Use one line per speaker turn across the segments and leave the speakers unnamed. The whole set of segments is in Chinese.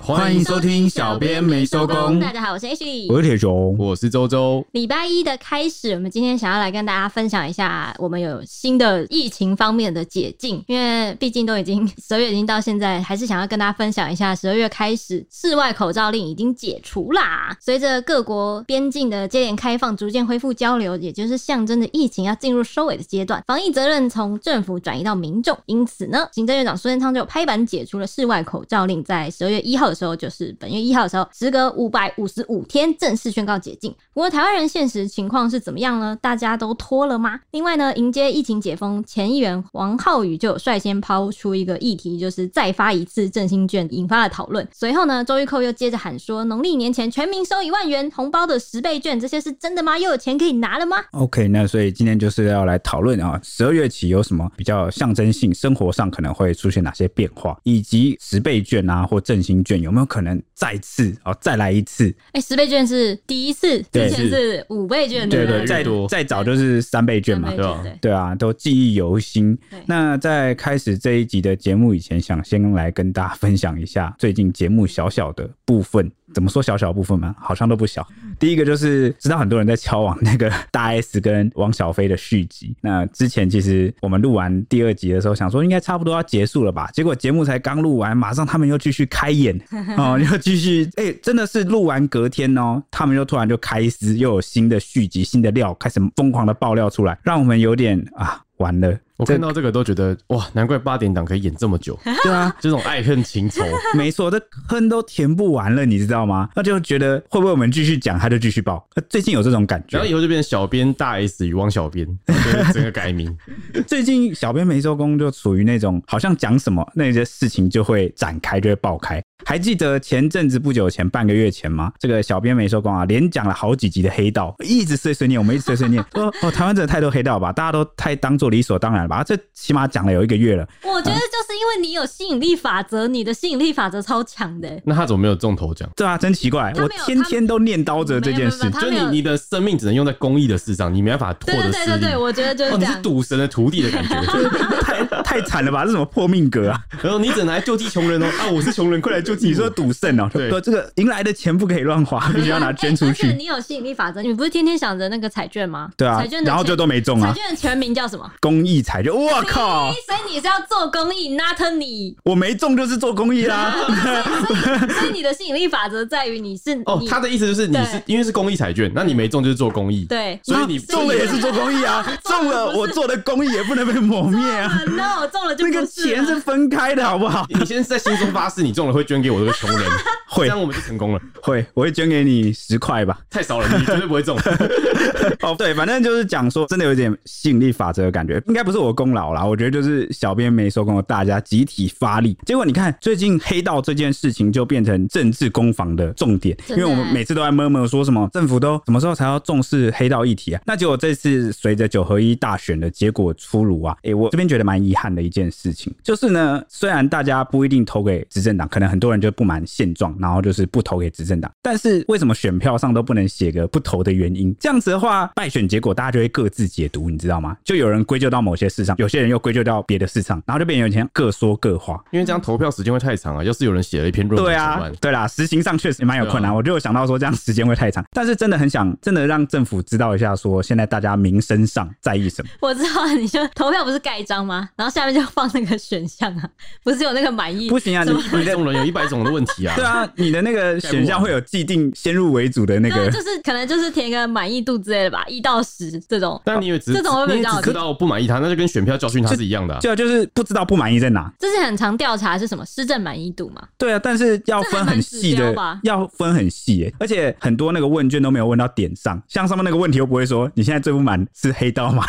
欢迎收听小编没收工
大家好，我是 H
我
D。
是铁熊，
我是周周，
礼拜一的开始，我们今天想要来跟大家分享一下，我们有新的疫情方面的解禁，因为毕竟都已经 十二月已经到现在，还是想要跟大家分享一下，十二月开始室外口罩令已经解除啦。随着各国边境的接连开放，逐渐恢复交流，也就是象征着疫情要进入收尾的阶段，防疫责任从政府转移到民众。因此呢，行政院长苏贞昌就拍板解除了室外口罩令，在十二月一号的时候，就是本月一号的时候，时隔五百五十五天正式宣告解禁。不过，台湾人现实情况是怎么样呢？大家都拖了吗？另外呢，迎接疫情解封，前议员王浩宇就有率先抛出一个议题，就是再发一次振兴券，引发了讨论。随后呢，周玉蔻又接着喊说，农历年前全民收一万元红包的十倍券，这些是真的吗？又有钱可以拿了吗？
OK，那所以今天就是要来讨论啊，十二月起有什么比较象征性，生活上可能会出现哪些变化，以及十倍券啊或振兴券有没有可能再次哦再来一次？
哎、十倍券是第一次，之
对
前是五倍券，
对
不
对
再
越多
再早就是三倍券嘛
三倍，
对吧
对
对啊，都记忆犹新
对。
那在开始这一集的节目以前，想先来跟大家分享一下最近节目小小的部分。怎么说小小部分嘛，好像都不小。第一个就是知道很多人在敲往那个大 S 跟王小飞的续集。那之前其实我们录完第二集的时候，想说应该差不多要结束了吧，结果节目才刚录完，马上他们又继续开演，哦，又继续，哎、真的是录完隔天哦，他们又突然就开撕，又有新的续集、新的料，开始疯狂的爆料出来，让我们有点啊，完了，
我
这
看到这个都觉得哇，难怪八点档可以演这么久，
对啊，
这种爱恨情 仇，
没错，这坑都填不完了，你知道吗？那就觉得会不会我们继续讲，他就继续爆？呃最近有这种感觉
然后，以后就变成小编大 S 与汪小编，就是整个改 名，
最近小编没收工，就属于那种好像讲什么那些事情就会展开，就会爆开。还记得前阵子不久前半个月前吗？这个小编没收工啊，连讲了好几集的黑道，一直碎碎念，我们一直碎碎念， 说哦，台湾真的太多黑道吧，大家都太当做理所当然了吧？这起码讲了有一个月了，
我觉得就是因为你有吸引力法则，你的吸引力法则超强的、
那他怎么没有中头奖？
对啊，真奇怪，
他没有
我天天都念叨着这件事
没有没有没有。他
就是
没有
你你的生命只能用在公益的事上，你没办法获
对对
得
对
私
对
利。
对，我觉得就是
哦，
这
你
样。
是赌神的徒弟的感 觉，
太太惨了吧？这什么破命格啊？
然后你只能来救济穷人哦，啊，我是穷人，快来救济
你
我！
说赌圣哦，
对
说这个赢来的钱不可以乱 花，必须要拿捐出
而且
去。
啊你有吸引力法则，你不是天天想着那个彩券吗？
对啊
彩券，的
然后就都没中
彩
啊。
券的全名叫什么？
公益彩就我靠，
所以你是要做公益，not 你。
我没中就是做公益啦、
所以你的吸引力法则在于你是
哦，
你
他的意思就是你是
对
因为是公益彩券，那你没中就是做公益。
对。
所以你
中了也是做公益啊，中了我做的公益也不能被抹灭啊，
啊 no，中了就
那
不
个
是
钱
了。
是分开的好不好？
你先在心中发誓，你中了会捐给我这个穷人，哎这
会
样我们就成功了。
会，我会捐给你十块吧。
太少了，你绝对不会中。
哦，对，反正就是讲说，真的有点吸引力法则的感觉，应该不是我功劳啦，我觉得就是小编没收工，大家集体发力。结果你看，最近黑道这件事情就变成政治攻防的重点，因
真的
为我们每次都在摸摸说什么政府都什么时候才要重视黑道议题啊？那结果这次随着九合一大选的结果出炉啊，诶、我这边觉得蛮遗憾的一件事情，就是呢，虽然大家不一定投给执政党，可能很多人就不满现状，然后就是不投给执政党，但是为什么选票上都不能写个不投的原因？这样子的话，败选结果大家就会各自解读，你知道吗？就有人归咎到某些事上，有些人又归咎到别的事上，然后就变成有点像各说各话。
因为这样投票时间会太长啊。要是有人写了一篇论文，
对
怎么
啊
办，
对啦，实行上确实蛮有困难。
对啊
我就有想到说，这样时间会太长，但是真的很想真的让政府知道一下，说现在大家民生上在意什么。
我知道，你就投票不是盖章吗？然后下面就放那个选项啊，不是有那个满意？
不行啊，你
什么
一
你
百
的
种人有一百种的问题啊。
对啊，你的那 个选项会有既定先入为主的那
对，啊
个
就。是可能就是填个满意度之类的吧，一到十这种。
但你以为只
这种会不会
你
比
也
较好
只知道不满意他，那就跟选票教训他是一样的啊。
就就是不知道不满意在哪，
这是很常调查是什么施政满意度嘛？
对啊，但是要
这还
分
蛮
很细
指标
的
吧，
要分很细、欸，而且很多那个问卷都没有问到点上，像上面那个问题又不会说你现在最不满是黑 道吗？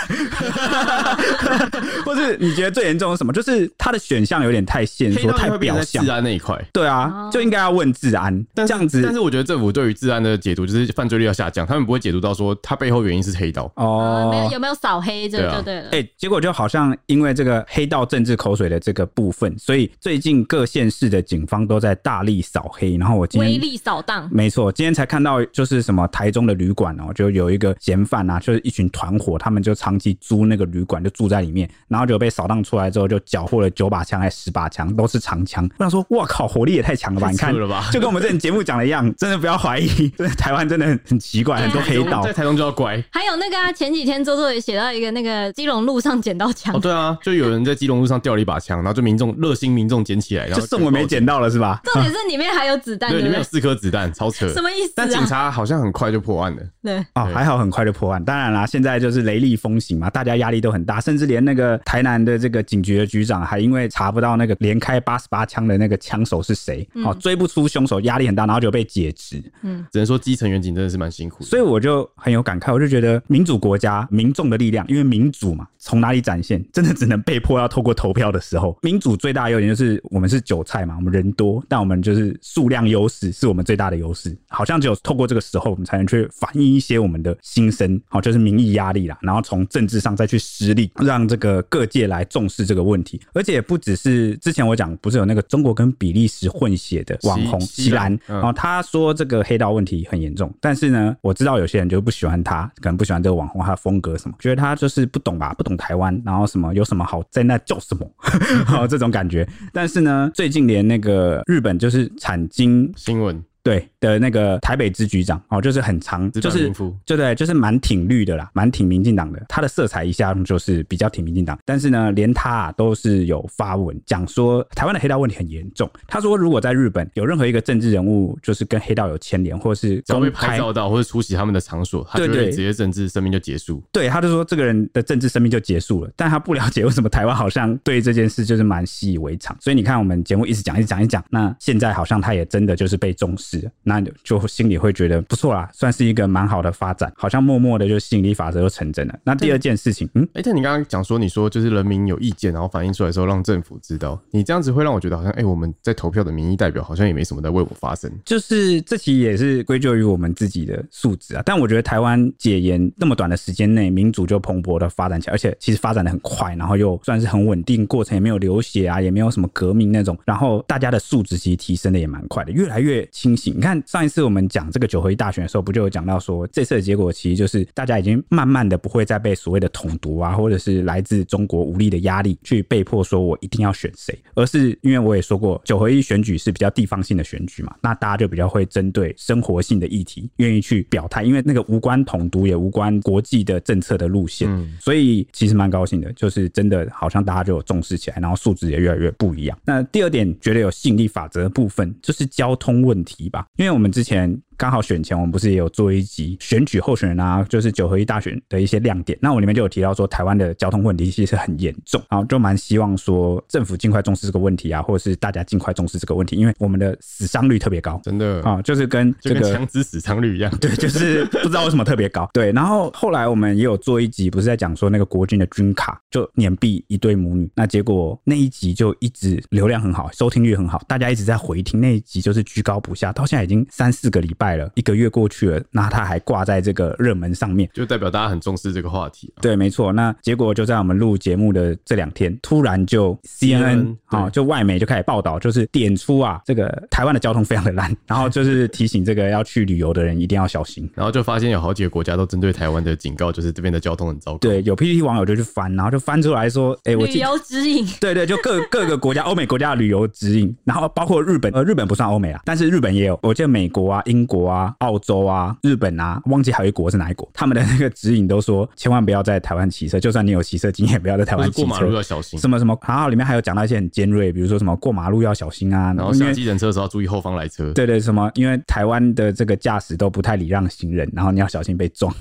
或是你觉得最严重是什么？就是它的选项有点太限
黑
缩、
道
太
会变
表
成在
象
治，安那一块。
对
哦
啊，就应该要问治安，这
但是
样
但
子
是我觉得政府对于治安的解读就是犯罪率要下降，他们不会解读到说他背后原因是黑道。
啊，没
哦
有。有没有扫黑这
对
个
啊
就对了。
哎、结果就就好像因为这个黑道政治口水的这个部分，所以最近各县市的警方都在大力扫黑。然后我今天
威力扫荡，
没错，今天才看到就是什么台中的旅馆哦，就有一个嫌犯啊，就是一群团伙，他们就长期租那个旅馆，就住在里面，然后就被扫荡出来之后，就缴获了九把枪还是十把枪，都是长枪。我想说，哇靠，火力也太强了吧！
太
你看
扯了吧
就跟我们这前节目讲的一样，真的不要怀疑，真的台湾真的很很奇怪，
对啊
很多黑道
在。台中就要乖。
还有那个啊，前几天周周也写到一个那个基隆路上捡到枪
哦，，对啊，就有人在基隆路上掉了一把枪，然后就民众热心民众捡起来，然
就
后
剩我没捡到了是吧？
重点是里面还有子弹，
对，
对
里
不
面有
对？
四颗子弹，超扯。
什么意思
但警
啊？
察哎好像很快就破案了。
对，
哦，
对
还好很快就破案。当然啦，现在就是雷厉风行嘛，大家压力都很大，甚至连那个台南的这个警局的局长还因为查不到那个连开八十八枪的那个枪手是谁，哦，追不出凶手，压力很大，然后就被解职。
只能说基层远警真的是蛮辛苦的。
所以我就很有感慨，我就觉得民主国家民众的力量，因为民主嘛，从哪里展现？真的只能被迫要透过投票的时候。民主最大的优点就是我们是韭菜嘛，我们人多，但我们就是数量优势是我们最大的优势。好像只有透过这个时候，我们才能去反映一些我们的心声，好，就是民意压力啦，然后从政治上再去施力，让这个各界来重视这个问题。而且不只是之前我讲，不是有那个中国跟比利时混血的网红
席
席兰
席，兰嗯
然后他说这个黑道问题很严重，但是呢，我知道有些人就不喜欢他，可能不喜欢这个网红他的风格什么，觉得他就是不懂吧，不懂台湾，然后什么有什么好在那叫什么， 好这种感觉。但是呢，最近连那个日本就是产经
新闻
对的那个台北支局长哦，就是很长，
资
就
本
是
民夫
就对，就是蛮挺绿的啦，蛮挺民进党的。他的色彩一下就是比较挺民进党，但是呢，连他、啊、都是有发文讲说台湾的黑道问题很严重。他说，如果在日本有任何一个政治人物就是跟黑道有牵连，或是
只要被
公
拍
开
照到或者出席他们的场所，他就
对对
会直接政治生命就结束。
对，他就说这个人的政治生命就结束了，但他不了解为什么台湾好像对这件事就是蛮习以为常，所以你看我们节目一直讲一直讲一直讲，那现在好像他也真的就是被重视了，那你就心里会觉得不错啦，算是一个蛮好的发展，好像默默的就吸引力法则就成真了。那第二件事情，嗯，
哎、但你刚刚讲说，你说就是人民有意见，然后反映出来之后，让政府知道，你这样子会让我觉得好像，哎、我们在投票的民意代表好像也没什么在为我发声。
就是这期也是归咎于我们自己的素质啊，但我觉得台湾解严那么短的时间内，民主就蓬勃的发展起来，而且其实发展的很快，然后又算是很稳定，过程也没有流血啊，也没有什么革命那种，然后大家的素质其实提升的也蛮快的，越来越清醒。你看上一次我们讲这个九合一大选的时候，不就有讲到说，这次的结果其实就是大家已经慢慢的不会再被所谓的统独啊，或者是来自中国无力的压力去被迫说我一定要选谁，而是因为我也说过，九合一选举是比较地方性的选举嘛，那大家就比较会针对生活性的议题愿意去表态，因为那个无关统独也无关国际的政策的路线，
嗯
所以其实蛮高兴的，就是真的好像大家就有重视起来，然后素质也越来越不一样。那第二点，觉得有吸引力法则的部分，就是交通问题吧，因为我们之前。刚好选前，我们不是也有做一集选举候选人啊，就是九合一大选的一些亮点。那我里面就有提到说，台湾的交通问题其实很严重，然后就蛮希望说政府尽快重视这个问题啊，或者是大家尽快重视这个问题，因为我们的死伤率特别高
真的，
啊、就是跟
就
这
跟
个
枪支死伤率一样。
对，就是不知道为什么特别高。对，然后后来我们也有做一集，不是在讲说那个国军的军卡就碾毙一对母女，那结果那一集就一直流量很好，收听率很好，大家一直在回听那一集，就是居高不下，到现在已经三四个礼拜了，一个月过去了，那它还挂在这个热门上面。
就代表大家很重视这个话题、啊。
对，没错。那结果就在我们录节目的这两天，突然就 CNN
CNN
啊、
对
就外媒就开始报道，就是点出啊，这个台湾的交通非常的烂， 然后就是提醒这个要去旅游的人一定要小心。
然后就发现有好几个国家都针对台湾的警告，就是这边的交通很糟糕。，
对，有 PPT 网友就去翻，然后就翻出来说，哎、我
旅
记。
游指 引，
对对，就各各个国家，欧美国家的旅游指引，然后包括日本，呃，日本不算欧美啊，但是日本也有，我记得美国啊、英国啊、澳洲啊、日本啊，忘记还有一国是哪一国，他们的那个指引都说，千万不要在台湾骑车，就算你有骑车经验，不要在台
或
湾
是
骑
过马路
车。
要小心，
什么什么，然后里面还有讲到一些很尖锐，比如说什么过马路要小心啊，
然后
因为
下计程车的时候要注意后方来车。
对对，什么？因为台湾的这个驾驶都不太礼让行人，然后你要小心被撞，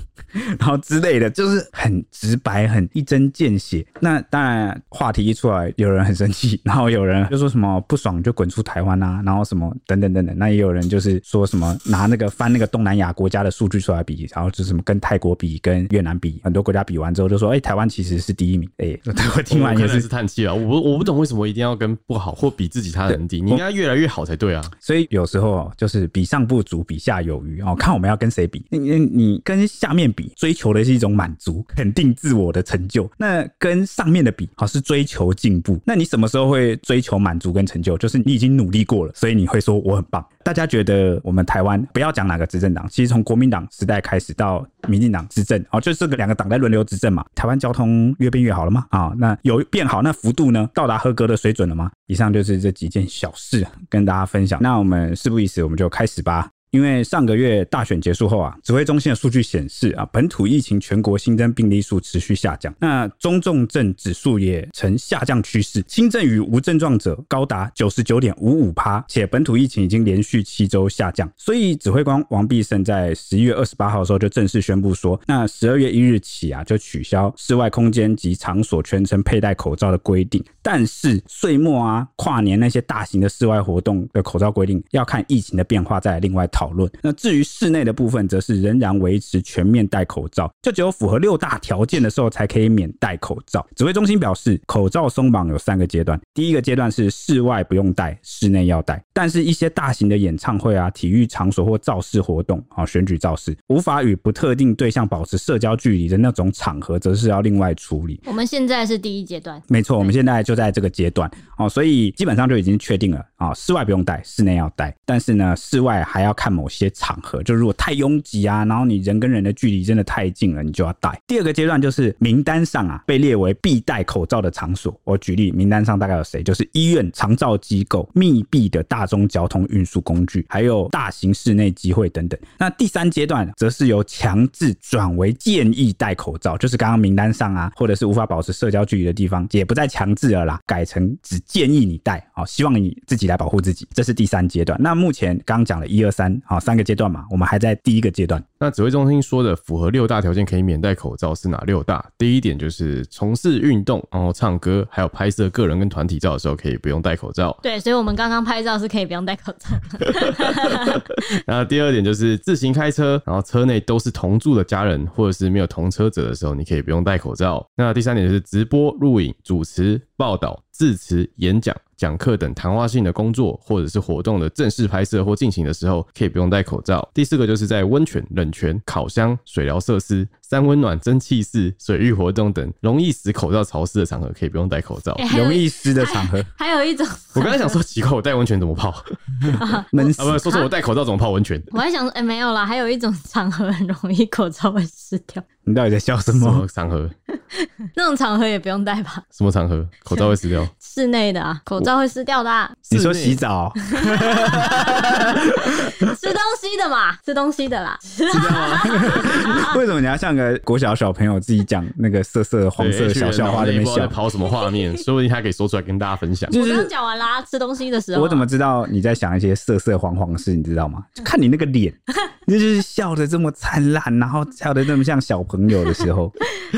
然后之类的，就是很直白，很一针见血。那当然，话题一出来，有人很生气，然后有人就说什么不爽就滚出台湾啊，然后什么等等等等。那也有人就是说什么拿那个翻那个东南亚国家的数据出来比，然后就是什么跟泰国比、跟越南比，很多国家比完之后就说，哎、台湾其实是第一名。哎、 我听完
我
也
可能
是
是叹气啊，我不我不懂为什么一定要跟不好或比自己他人低，你应该越来越好才对啊。
所以有时候哦就是比上不足，比下有余哦。看我们要跟谁比，你你你跟下面比，追求的是一种满足、肯定自我的成就；那跟上面的比，好是追求进步。那你什么时候会追求满足跟成就？就是你已经努力过了，所以你会说我很棒。大家觉得我们台湾不要讲哪个执政党，其实从国民党时代开始到民进党执政，哦，就是这个两个党在轮流执政嘛。台湾交通越变越好了吗？啊、那有变好，那幅度呢？到达合格的水准了吗？以上就是这几件小事跟大家分享。那我们事不宜迟，我们就开始吧。因为上个月大选结束后啊，指挥中心的数据显示啊，本土疫情全国新增病例数持续下降，那中重症指数也呈下降趋势，轻症与无症状者高达九十九点五五趴，且本土疫情已经连续七周下降。所以指挥官王必胜在十一月二十八号的时候就正式宣布说，那十二月一日起啊，就取消室外空间及场所全程佩戴口罩的规定，但是岁末啊、跨年那些大型的室外活动的口罩规定要看疫情的变化再来另外讨论。那至于室内的部分，则是仍然维持全面戴口罩，就只有符合六大条件的时候才可以免戴口罩。指挥中心表示，口罩松绑有三个阶段，第一个阶段是室外不用戴，室内要戴，但是一些大型的演唱会啊、体育场所或造势活动啊、选举造势，无法与不特定对象保持社交距离的那种场合，则是要另外处理。
我们现在是第一阶段，
没错，我们现在就在这个阶段哦，所以基本上就已经确定了啊、室外不用戴，室内要戴，但是呢，室外还要看某些场合，就如果太拥挤啊，然后你人跟人的距离真的太近了，你就要戴。第二个阶段就是名单上啊被列为必戴口罩的场所，我举例，名单上大概有谁？就是医院、长照机构、密闭的大众交通运输工具，还有大型室内集会等等。那第三阶段则是由强制转为建议戴口罩，就是刚刚名单上啊，或者是无法保持社交距离的地方，也不再强制了啦，改成只建议你戴，好、希望你自己来保护自己，这是第三阶段。那目前刚刚讲了一二三，好，三个阶段嘛，我们还在第一个阶段。
那指挥中心说的符合六大条件可以免戴口罩是哪六大？第一点就是从事运动，然后唱歌，还有拍摄个人跟团体照的时候可以不用戴口罩。
对，所以我们刚刚拍照是可以不用戴口
哦
罩的。
那第二点就是自行开车，然后车内都是同住的家人或者是没有同车者的时候，你可以不用戴口罩。那第三点就是直播、录影、主持、报道、致辞、演讲、讲课等谈话性的工作或者是活动的正式拍摄或进行的时候，可以不用戴口罩。第四个就是在温泉、冷泉、烤箱、水疗设施、三温暖、蒸汽室、水域活动等容易使口罩潮湿的场合，可以不用戴口罩。啊
哎还有
容易湿的场合，
还有一种，
我刚才想说，奇怪，我戴温泉怎么泡？啊，
闷死
不，是，说错，我戴口罩怎么泡温泉？
我还想说，哎、没有啦，还有一种场合很容易口罩会湿掉，
你到底在笑什
什
么
么？场合？
那种场合也不用戴吧？
什么场合？口罩会死掉？
室内的啊，口罩会湿掉的、啊，
你说
室内
洗澡？
吃东西的嘛， 吃东西的啦，
为什么你要像个国小小朋友自己讲那个色色的 黄色
对
的小笑话在那边
不知道
笑
啊在？跑什么画 面，说不定他可以说出来跟大家分享。
就
我
是
刚刚讲完啦，吃东西的时候，啊
我怎么知道你在想一些色色黄黄的事？你知道 吗？就看你那个脸，你就是笑的这么灿烂，然后笑的这么像小朋友的时 候，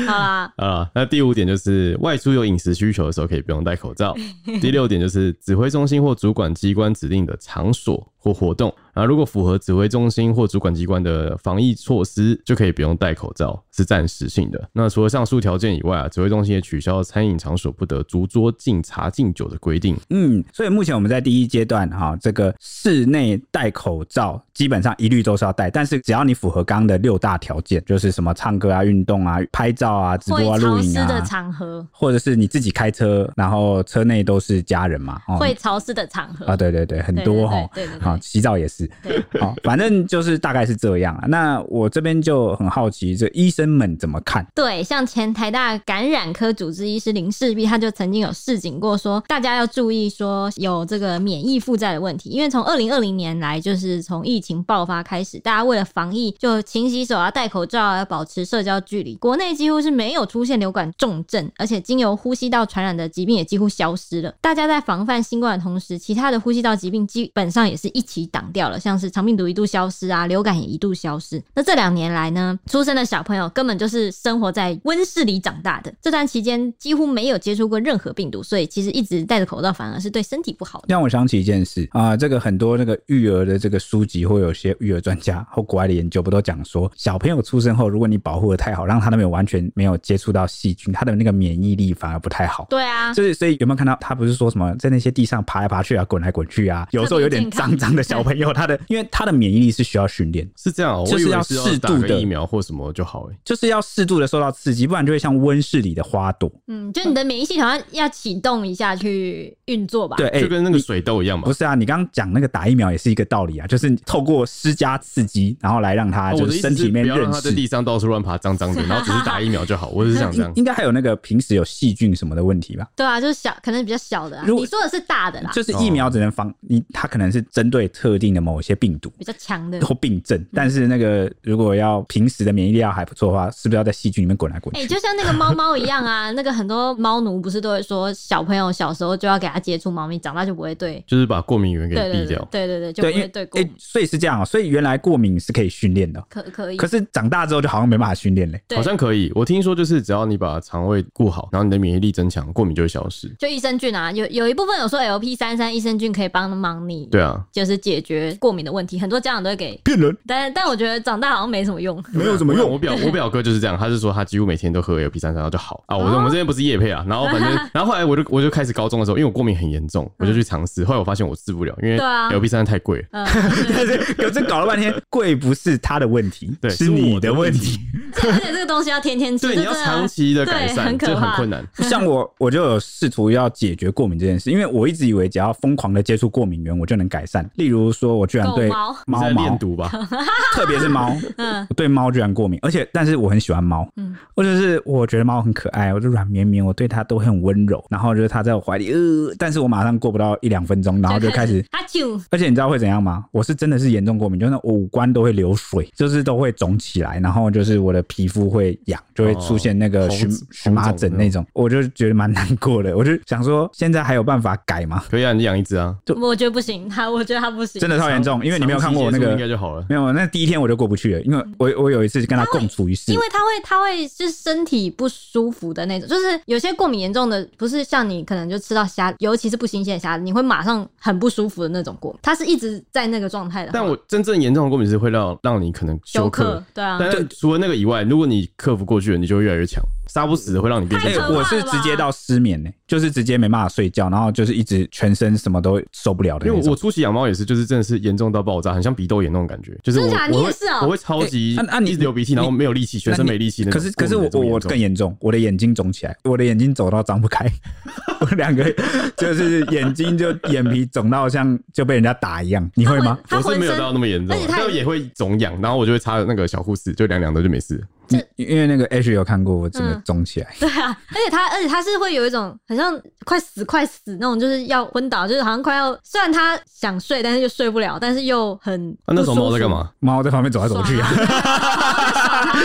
好啦？
啊、那第五点就是外出有饮食需求的时候可以不用戴口 罩。第六点就是指挥中心或主管机关指定的场所或活动，啊，如果符合指挥中心或主管机关的防疫措施，就可以不用戴口罩，是暂时性的。那除了上述条件以外啊，指挥中心也取消了餐饮场所不得逐桌敬茶敬酒的规定。
嗯，所以目前我们在第一阶段哈，这个室内戴口罩基本上一律都是要戴，但是只要你符合刚刚的六大条件，就是什么唱歌啊、运动啊、拍照啊、直
会
播啊、录
潮湿
影
的
啊，
场合，
或者是你自己开车，然后车内都是家人嘛，哦
会潮湿的场合
啊，对对对，很
对
多
对
哦哈，
对对对
好，啊洗澡也是，
对，
好，反正就是大概是这样啊。那我这边就很好奇，这医生们怎么看？
对，像前台大感染科主治医师林世璧，他就曾经有示警过说，大家要注意说有这个免疫负债的问题，因为从二零二零年来，就是从疫情爆发开始，大家为了防疫就勤洗手啊、戴口罩啊、要保持社交距离，国内几乎是没有出现流感重症，而且经由呼吸道传染的疾病也几乎消失了。大家在防范新冠的同时，其他的呼吸道疾病基本上也是一起挡掉了，像是肠病毒一度消失啊，流感也一度消失。那这两年来呢，出生的小朋友根本就是生活在温室里长大的，这段期间几乎没有接触过任何病毒，所以其实一直戴着口罩反而是对身体不好的。
让我想起一件事啊、这个很多那个育儿的这个书籍，或有些育儿专家或国外的研究，不都讲说，小朋友出生后，如果你保护的太好，让他没有完全没有接触到细菌，他的那个免疫力反而不太好。
对啊，
就是所以有没有看到他不是说什么在那些地上爬来爬去啊，滚来滚去啊，有时候有点脏脏的小朋友，他的因为他的免疫力是需要训练，
是这样、哦，我
就是
以为
要
是
适
打
度
个
的
疫苗或什么就好、欸。
就是要适度的受到刺激，不然就会像温室里的花朵。
嗯，就你的免疫系统要要启动一下去运作吧。
对，，哎
就跟那个水痘一样嘛
不。是啊，你刚刚讲那个打疫苗也是一个道理啊，就是透过施加刺激，然后来让他
哦
就
我的
是
意思
身体
是
里
不
面
要让
认
它在
识。
地上到处乱爬，脏脏的，然 后只是打疫苗就好。我是想这
应
样，
应该还有那个平时有细菌什么的问题吧？
对啊，就是小，可能比较小的、啊。
如果
你说的是大的啦，
就是疫苗只能防你，它可能是针对特定的某些病毒
比较强
嗯
的。
或病症，但是那个如果要平时的免疫力要还不错的话，是不是要在细菌里面滚来滚
哎、
去？
就像那个猫猫一样啊，那个很多猫奴不是都会说，小朋友小时候就要给他接触猫咪，长大就不会对，
就是把过敏源给
对对
避
对
掉。
对对对，就不
对，因为
会对过敏、
哎所以是这样哦、所以原来过敏是可以训练的，哦
可可以，
可是长大之后就好像没办法训练嘞。
对
好像可以，我听说就是只要你把肠胃顾好，然后你的免疫力增强，过敏就会消失。
就益生菌啊，有有一部分有说 LP 三三益生菌可以帮忙你，
对啊，
就是解决过敏的问题，很多家长都会给，
骗人，
但但我觉得长大好像没什么用。
没有什么
我
用。
我表我表哥就是这样，他是说他几乎每天都喝 LP 三三，然后就 好啊。我我们这边不是叶配啊，然后反正然后后来我就我就开始高中的时候，因为我过敏很严重，我就去尝试，后来我发现我治不了，因为
对啊
LP 三三太贵了。
嗯，
但是可是搞了半天，贵不是他的问题，
对
是
是
你
我的
的问
问
题。
而且这个东西要天天吃，
对，
这
你要
真的
长期的改
对
善，
很可
这很
怕
困难。
像我，我就有试图要解决过敏这件事，因为我一直以为只要疯狂的接触过敏源，我就能改善。例如说，我居然
狗
对
毛
你
猫
在
毛
练，毒 吧？
特别是猫，
嗯
我对猫居然过敏，而且但是我很喜欢猫，
嗯
或者是我觉得猫很可爱，我就软绵绵，我对它都很温柔。然后就是它在我怀里，呃，但是我马上过不到一两分钟，然后就开始。
阿啾，
而且你知道会怎样吗？我是真的是严重过敏，就是那我五官都会流水，就是都会肿起来，然后就是我的皮肤会痒，就会出现那个
哦
荨
红
荨麻
红肿
疹
的
那种，我就觉得蛮难过的。我就想说，现在还有办法改吗？
可以啊，你养一只啊，
我觉得不行，他我觉得他不行，
真 的超严重，因为你没有看过我那
长期接触
个
应该就好了。
没有，那第一天我就过不去了，因为
嗯
我我有一次跟他共处一室
因，为它会，它会是身体不舒服的那种，就是有些过敏严重的，不是像你可能就吃到虾，尤其是不新鲜的虾，你会马上很不舒服的那种过敏，它是一直在那个状态的。
但我真正严重的过敏是会让让你可能
休
休克
克，，对啊，
但是除了那个以外，如果你克服过去了，你就会越来越强，杀不死的会让你变
太
更
哎、
可
强
怕。了
我是直接到失眠呢、就是直接没办法睡觉，然后就是一直全身什么都受不了的
因为
那
我
种。
初期养猫也是，就是真的是严重到爆炸，很像鼻窦炎那种感觉，就是我
真的假的
我
你
会
也是哦
我会超级
哎啊啊你
一直流鼻涕，然后没有力气，全身没力气那
可
种。
是可是我
过
我
敏
我
这么
更
严重
严重，我的眼睛肿起来，我的眼睛肿到张不开， 我两个就是眼睛就眼皮肿到像就被人家打一样，你会吗？
他
我是
浑
没有
身
到那么严重啊
而且，它也
但也会肿痒，然后我就会擦那个小护士，就凉凉的就没事。
因因为那个 H 有看过我整个
嗯
肿起来，
对啊，而且它而且它是会有一种很像快死快死那种，就是要昏倒，就是好像快要，虽然它想睡，但是又睡不了，但是又很
啊，那时候猫在干？ 嘛？
猫、在旁边走来走去啊，
啊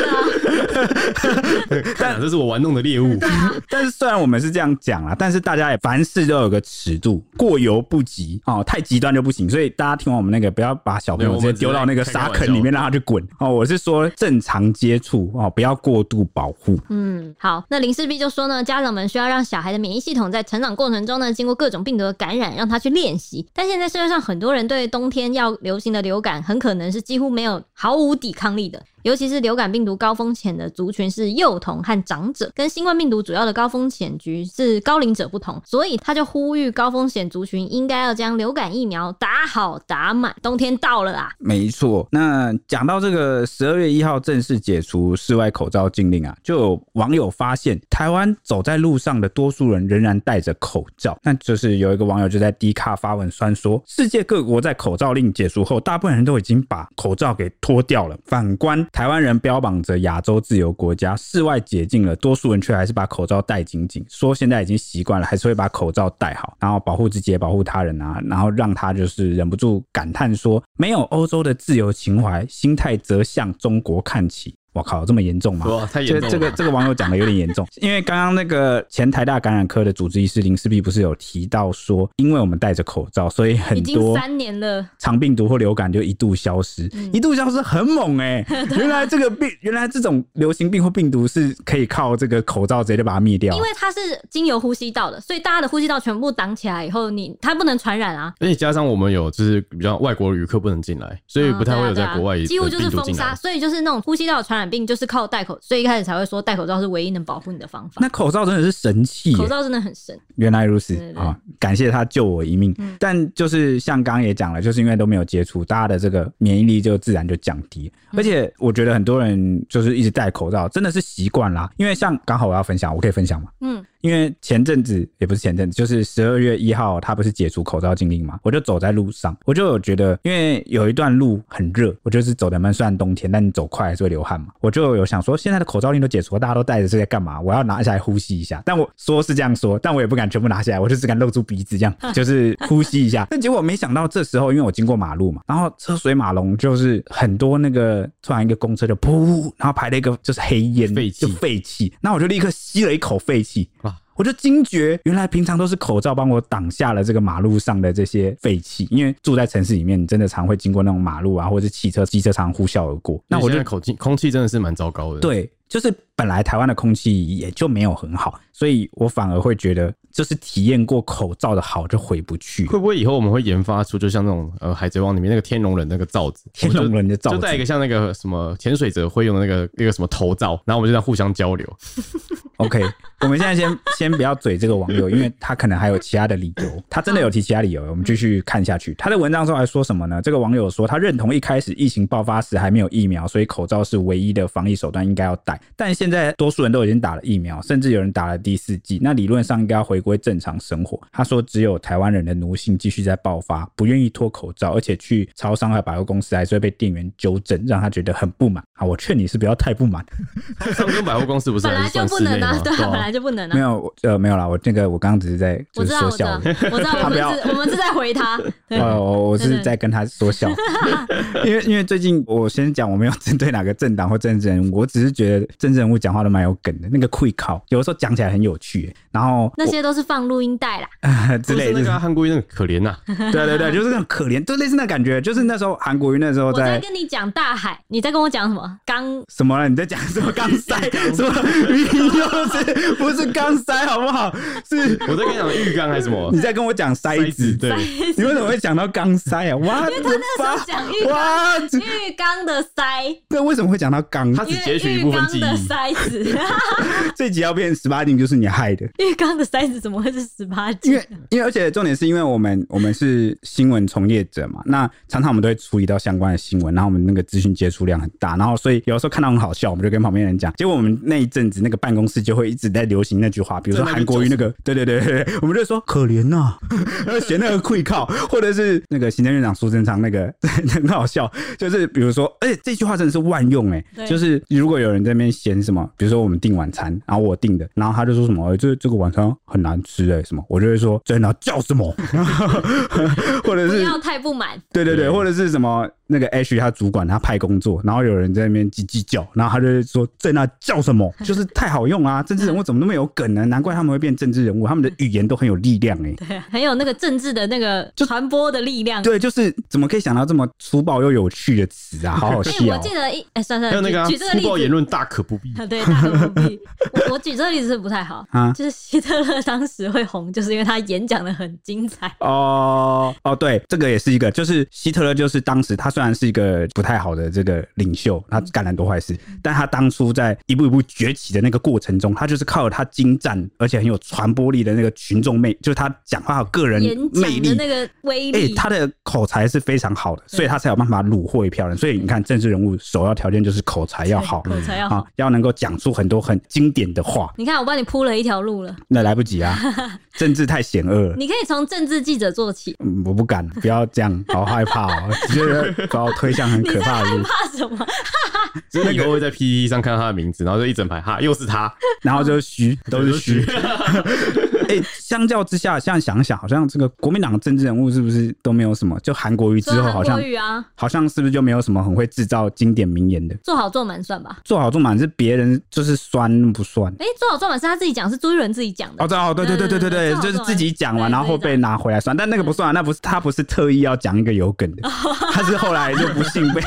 但啊这是我玩弄的猎 物。
啊
但是虽然我们是这样讲啦，但是大家也凡事都有个尺度，过犹不及哦，太极端就不行。所以大家听完我们那个，不要把小朋友
对
直
我
接
们
丢到那个沙坑里面让他去滚哦。我是说正常接触哦，不要过度保护。
嗯，好，那林世璧就说呢，家长们需要让小孩的免疫系统在成长过程中呢，经过各种病毒的感染，让他去练习。但现在社会上很多人对冬天要流行的流感，很可能是几乎没有毫无抵抗力的。尤其是流感病毒高风险的族群是幼童和长者，跟新冠病毒主要的高风险局是高龄者不同，所以他就呼吁高风险族群应该要将流感疫苗打好打满，冬天到了啦。
没错，那讲到这个十二月一号正式解除室外口罩禁令啊，就有网友发现，台湾走在路上的多数人仍然戴着口罩。那就是有一个网友就在 D 卡发文酸说，世界各国在口罩令解除后，大部分人都已经把口罩给脱掉了。反观台湾人标榜着亚洲自由国家，室外解禁了，多数人却还是把口罩戴紧紧，说现在已经习惯了，还是会把口罩戴好，然后保护自己也保护他人啊，然后让他就是忍不住感叹说，没有欧洲的自由情怀，心态则向中国看齐。我靠，这么严重吗？
哇，太严重了。
这这个这个网友讲的有点严重，因为刚刚那个前台大感染科的主治医师林世璧不是有提到说，因为我们戴着口罩，所以很
已经
多
三年了，
肠病毒或流感就一度消失，
嗯
一度消失很猛 哎、
啊
原来这个病，原来这种流行病或病毒是可以靠这个口罩直接就把它灭掉啊
因。为它是经由呼吸道的，所以大家的呼吸道全部挡起来以后，你它不能传染啊。
而且加上我们有就是比较外国旅客不能进来，所以
嗯
不太
对啊
会有
对
在
啊
国外
几乎
的
就是
病毒
封
进
杀，
来。
所以就是那种呼吸道的传染病就是靠戴口，所以一开始才会说戴口罩是唯一能保护你的方法。
那口罩真的是神器、耶
口罩真的很神，
原来如此
对对对
啊、感谢他救我一命。
嗯
但就是像刚刚也讲了，就是因为都没有接触，大家的这个免疫力就自然就降低。
嗯
而且我觉得很多人就是一直戴口罩，真的是习惯啦。因为像刚好我要分享，我可以分享吗？
嗯，
因为前阵子也不是前阵子，就是十二月一号，他不是解除口罩禁令嘛？我就走在路上，我就有觉得，因为有一段路很热，我就是走的慢，虽然冬天，但你走快还是会流汗嘛。我就有想说，现在的口罩令都解除了，大家都戴着是在干嘛？我要拿下来呼吸一下。但我说是这样说，但我也不敢全部拿下来，我就只敢露出鼻子 这样，就是呼吸一下。但结果没想到这时候，因为我经过马路嘛，然后车水马龙，就是很多那个突然一个公车就噗，然后排了一个就是黑烟，
废气
就废气，那我就立刻吸了一口废气
哇。
我就惊觉，原来平常都是口罩帮我挡下了这个马路上的这些废气，因为住在城市里面，你真的常会经过那种马路啊，或者是汽车、机车常呼啸而过。那我
现
就
在口气空气真的是蛮糟糕的。，
对，就是本来台湾的空气也就没有很好，所以我反而会觉得，就是体验过口罩的好就回不去。
会不会以后我们会研发出就像那种呃《海贼王》里面那个天龙人那个罩子，
天龙人的罩
我们
子
就就戴一个像那个什么潜水者会用的那个那个什么头罩，然后我们就这样互相交流。
OK，我们现在先 先不要嘴这个网友，因为他可能还有其他的理由，他真的有提其他理由，我们继续看下去。他的文章中还说什么呢？这个网友说，他认同一开始疫情爆发时还没有疫苗，所以口罩是唯一的防疫手段，应该要戴。但现在多数人都已经打了疫苗，甚至有人打了第四剂，那理论上应该要回归正常生活。他说，只有台湾人的奴性继续在爆发，不愿意脱口罩，而且去超商和百货公司还是会被店员纠正，让他觉得很不满。啊，我劝你是不要太不满。
商跟百货公司不是
本
还
来
是
就
算
不
室内
能啊
吗？，
对啊，
啊
本来就不能
没
啊。
有，呃，没有啦，我那个我刚刚只是在
我
就
知
是
道，
说
我知
笑
道
而已，
我知 道，我
他不
们
要
是，我们是在回他。对，
呃，我我
对
是
对
在跟他 说笑，因为因为最近我先讲，我没有针对哪个政党或政治人物，我只是觉得政治人物讲话都蛮有梗的，那个 quick call 有的时候讲起来很有趣耶，然后
那些都是放录音带啦。
呃 之
就
类
是
的
那，个啊韩国瑜那个可怜 呐，
对对对，就是那种可怜，就类似那感觉，就是那时候韩国瑜那时候
我在
在。
跟你讲大海，你在跟我讲什么？刚
什么了？你在讲什么钢 塞？什么鱼又是不是钢塞好不好？是
我在跟你讲浴缸还是什么
你在跟我讲塞
塞
子
子？，对，
你为什么会讲到钢塞啊？哇，因为
那时候讲浴缸，
哇，这
浴缸的塞。
那为什么会讲到钢？
他只
因为
截取一
浴
部分
缸
记
的
忆。
塞子，
这集要变十八禁就是你害的，
浴缸的塞子怎么会是十八
因
禁
为？因为而且重点是因为我们我们是新闻从业者嘛，那常常我们都会处理到相关的新闻，然后我们那个资讯接触量很大，然后所以有的时候看到很好笑，我们就跟旁边人讲，结果我们那一阵子那个办公室就会一直在流行那句话，比如说
在那边
韩国瑜那个，对对对对对，我们就说可怜呐、然后学那个跪靠，或者是那个行政院长苏贞昌那个 很好笑，就是比如说，而且这句话真的是万用哎、
对
就是如果有人在那边嫌什么，比如说我们订晚餐，然后我订的，然后他就说什么，欸、这这个晚餐很难吃哎、什么，我就会说真的叫什么， 然后或者
不
是
要太不满，
对对对，
对
或者是什么那个 H 他主管他派工作，然后有人在那边叽叽叫，然后他就会说在那叫 什么，就是太好用啊！政治人物怎么那么有梗呢？难怪他们会变政治人物，他们的语言都很有力量哎、
对，很有那个政治的那个传播的力量。
对，就是怎么可以想到这么粗暴又有趣的词啊？好好
哎、
笑、
我记得一哎、算了
还有
算
那个
了，
啊
举举这个
粗暴言
例子。
论大可不 必。
啊，对，大可不 必。我我举这个例子是不太好，
啊！
就是希特勒当时会红，就是因为他演讲的很精彩。
哦哦，对，这个也是一个，就是希特勒，就是当时他虽然是一个不太好的这个领袖，他干了很多坏事，但他当初在一步一步崛起的那个过程中，他就是靠他精湛而且很有传播力的那个群众魅，就是他讲话有个人
演讲
魅
的
力。
那个威
哎、
力，
他的口才是非常好的，所以他才有办法虏获一票人。所以你看，政治人物首要条件就是口才要好，
口才要好
啊，要能够讲出很多很经典的话。
你看，我帮你铺了一条路了。
那来不 及啊，政治太险恶了。
你可以从政治记者做起，
嗯，我不敢，不要这样，好害怕哦，觉得把我推向很
你
可
在
怕的
害
路。
怕什么？
就是你以后会在 PPT 上看到他的名字，然后就一整排哈，又是他，
然
啊
后就是虚，都是虚。 哎、相较之下，现在想想，好像这个国民党的政治人物是不是都没有什么？就韩国瑜之
说
后，好
韩
像
国语啊，
好像是不是就没有什么很会制造经典名言的？
做好做满算吧。
做好做满是别人就是酸不酸？
哎、做好做满是他自己讲，是朱一伦自己讲的。
哦，对哦，对对对对对对，
嗯
就是自己讲完，
对
然后会被拿回来酸，但那个不算啊，那不是他不是特意要讲一个有梗的，他是后来就不幸被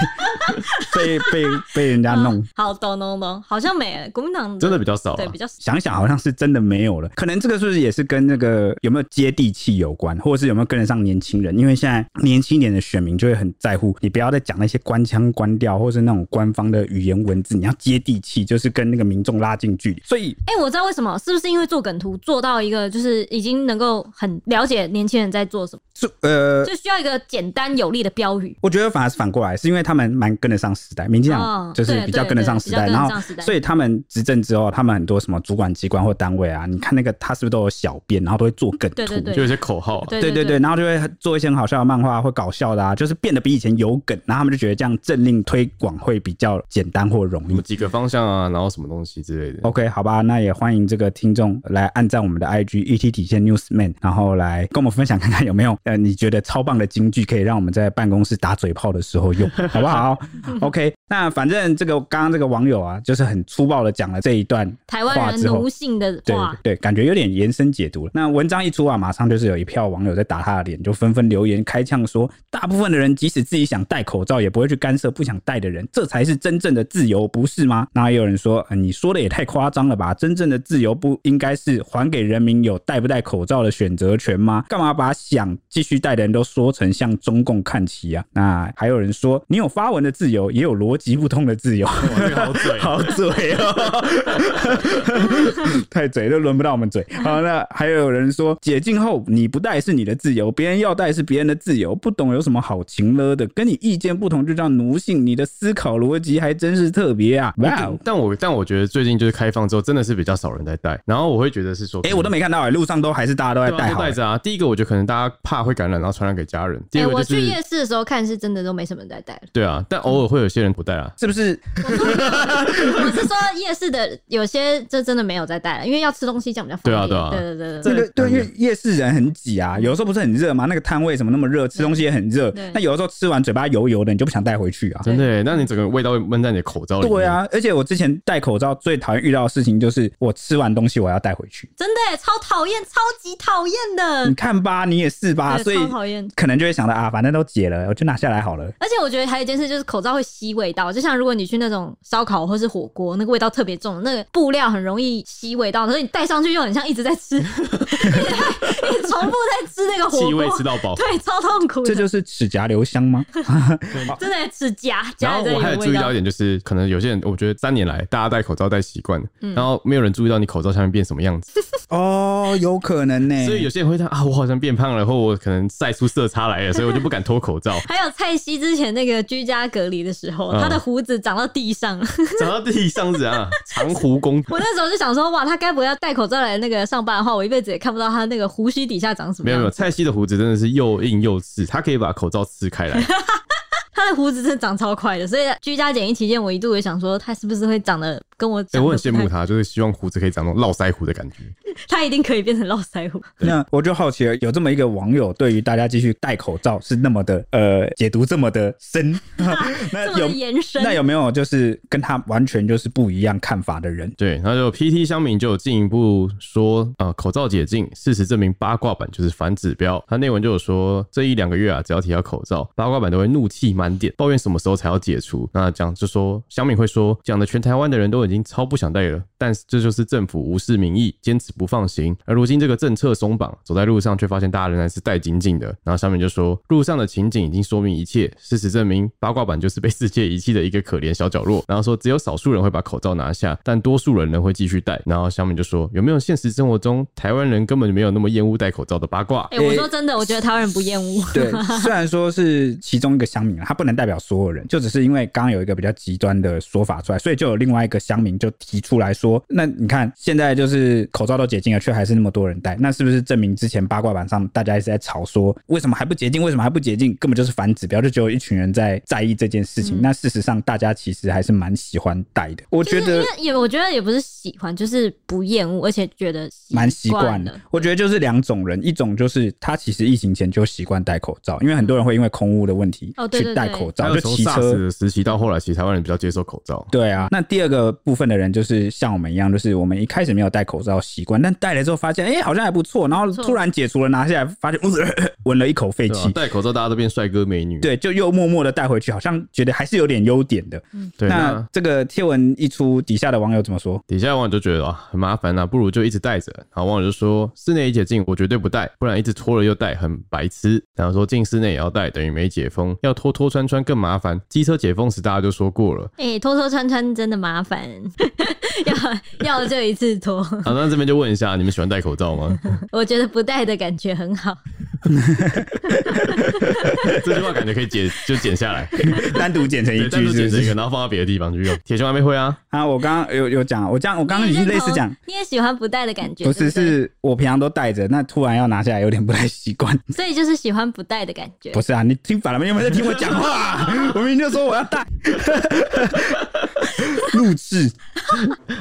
被被被人家啊弄
嗯。 好，懂懂懂，好像没国民党
真的比较
啊
少啊
对
了
比。较少
想一想好像是真的没有了，可能这个是不是也是跟那个有没有接地气有关，或者是有没有跟得上年轻人？因为现在年轻一点的选民就会很在乎，你不要再讲那些官腔官调，或是那种官方的语言文字，你要接地气，就是跟那个民众拉近距离。所以
哎、我知道为什么，是不是因为做梗图做到一个就是已经能够很了解年轻人在做什么，
这呃，
就需要一个简单有力的标语？
我觉得反而是反过来，是因为他们蛮跟得上时代，民进
哦
党就是
对
比较跟得上时代，
对对
然
比较跟得上
后
时代
所以他们执政之哦后，他们很多什么主管机关或单位啊，你看那个他是不是都有小编，然后都会做梗
对对
图
嗯对
就有些口号啊，
对
对
对
对对，，然后就会做一些很好笑的漫画或搞笑的啊，就是变得比以前有梗，然后他们就觉得这样政令推广会比较简单或容
什么
易。
几个方向啊，然后什么东西之类的。
OK，好吧，那也欢迎这个听众来按赞我们的 IG ET 底线 Newsman，然后来跟我们分享看看有没有呃你觉得超棒的金句可以让我们在办公室打嘴炮的时候用，好不好？OK，那反正这个刚刚这个网友啊，就是很粗暴的讲了这一段
台湾
话
人
之后
奴，性的
对
话，
对，感觉有点延伸解读了。那文章一出啊，马上就是有一票网友在打他的脸，就纷纷留言开呛说，大部分的人即使自己想戴口罩，也不会去干涉不想戴的人，这才是真正的自由，不是吗？那也有人说、呃你说的也太夸张了吧？真正的自由不应该是还给人民有戴不戴口罩的选择权吗？干嘛把想继续戴的人都说成向中共看齐啊？那还有人说，你有发文的自由，也有逻辑不通的自由。
哇，这个好嘴啊
好嘴哦， 太嘴都轮不到我们嘴。好，那还有人说，解禁后你不戴是你的自由，别人要戴是别人的自由，不懂有什么好情了的，跟你意见不同就叫奴性，你的思考逻辑还真是特别啊！
嗯
哇、哦！
但我但我觉得最近就是开放之后，真的是比较少人在戴。然后我会觉得是说，
哎、我都没看到哎、路上都还是大家都在
对啊
戴
都
好、
戴着啊。第一个，我觉得可能大家怕会感染，然后传染给家人。第
哎、
二个
我
就
去
是
夜，市的时候看是真的都没什么人在 戴了。
对啊，但偶尔会有些人不戴啊。
是不是？
我是说夜市的有些这真的没有在戴了，因为要吃东西这样比较方便。
对啊对啊
对对对
这
对
个对，因为夜市人很挤啊，有时候不是很热吗？那个摊位怎么那么热？吃东西也很热
对。
那有的时候吃完嘴巴油油的，你就不想带回去啊。
真的耶，那你整个味道会闷在你的口罩里。
对，啊，而且我之前戴口罩最讨厌遇到的事情就是，我吃完东西我要带回去。
真的耶超讨厌，超级讨厌的
你。看吧，你也是
对
吧，嗯啊所以
超讨厌
可能就会想到啊，反正都解了，我就拿下来好了。
而且我觉得还有一件事就是口罩会吸味道，就像如果你去那种烧烤或是火锅，那个味道特别重，那个布料很容易吸味道，所以你戴上去又很像一直在吃， 一直在一直重复在吃那个火
气味
锅
吃，到饱。
对，超痛苦
这
的，
就是齿夹留香吗？
真的指甲
然
夹
后
在这
我
里
还
的
有注意
味道
到一。点，就是可能有些人，我觉得三年来大家戴口罩戴习惯了，
嗯
然后没有人注意到你口罩下面变什么样子，
哦，有可能呢、
所以有些人会说啊，我好像变胖了，或我可能晒出色差来了，所以我就不敢脱口 罩，
还有蔡西之前那个居家隔离的时候，
嗯
他的胡子长到地上，
长到地上是啊，长胡公
我那时候就想说，哇，他该不会要戴口罩来那个上班的话，我一辈子也看不到他那个胡须底下长什么
没有
样。
没有，蔡西的胡子真的是又硬又刺，他可以把口罩刺开来。
他的胡子真的长超快的，所以居家检疫期间，我一度也想说，他是不是会长得跟我
哎、
长得
我很羡
不太
慕他，就是希望胡子可以长那种络腮胡的感觉。
他一定可以变成络腮胡。
那我就好奇了，有这么一个网友对于大家继续戴口罩是那么的呃解读这么的深，
这
那
么的
有
延伸
那有没有就是跟他完全就是不一样看法的人？
对，然后就 PT 乡民就有进一步说，呃，口罩解禁，事实证明八卦版就是反指标。他内文就有说，这一两个月啊，只要提到口罩，八卦版都会怒气满点，抱怨什么时候才要解除。那讲就说乡民会说，讲的全台湾的人都已经超不想戴了，但是这就是政府无视民意，坚持不放行。而如今这个政策松绑，走在路上却发现大家仍然是戴紧紧的。然后乡民就说，路上的情景已经说明一切，事实证明八卦版就是被世界遗弃的一个可怜小角落。然后说只有少数人会把口罩拿下，但多数人仍会继续戴。然后乡民就说，有没有现实生活中台湾人根本就没有那么厌恶戴口罩的八卦？
哎、我说真的，我觉得台湾人不厌恶。
对，虽然说是其中一个乡民啦，他不能代表所有人，就只是因为刚刚有一个比较极端的说法出来，所以就有另外一个乡民就提出来说，那你看现在就是口罩都解禁了，却还是那么多人戴，那是不是证明之前八卦版上大家一直在吵说为什么还不解禁，为什么还不解禁，根本就是反指标，就只有一群人在在意这件事情。
嗯
那事实上大家其实还是蛮喜欢戴的，我觉
就是
得
因。为也我觉得也不是喜欢，就是不厌恶，而且觉得
蛮习惯
了
的。。我觉得就是两种人，一种就是他其实疫情前就习惯戴口罩，因为很多人会因为空污的问题
哦对对
去戴
对
口罩，
还有
就
从
骑车
SARS 的时期到后来，其实台湾人比较接受口罩。
对啊，那第二个部分的人就是像我们一样，就是我们一开始没有戴口罩习惯，但戴了之后发现，哎、好像还不错，然后
错
突然解除了，拿下来发现，呃闻、了一口废
啊对啊
气，
戴口罩大家都变帅哥美女。
对，就又默默的带回去，好像觉得还是有点优点的。
嗯
对，啊
那
那
这个贴文一出，底下的网友怎么说？
底下网友就觉得啊很麻烦啊，不如就一直戴着。然后网友就说室内一解禁我绝对不戴，不然一直脱了又戴很白痴。然后说进室内也要戴，等于没解封，要脱脱穿穿更麻烦。机车解封时大家就说过了。
哎、脱脱穿穿真的麻烦， 要要就一次脱。
好，那这边就问一下，你们喜欢戴口罩 吗？
我觉得不戴的感觉很好。
这句话感觉可以剪，就剪下 来，
单独剪成一
对，单
句
独
是
剪
不
成一
是？
个，然后放到别的地方去用。铁熊还没会啊，
啊，我刚刚有有讲，我讲，我刚刚已经类似讲。，
你也喜欢不戴的感觉，
不
对
是，
对
是我平常都戴着，那突然要拿下来有点不太习惯。
所以就是喜欢不戴的感觉
不。是啊，你听反了没？有没有在听我讲话、 我明明就说我要戴。录制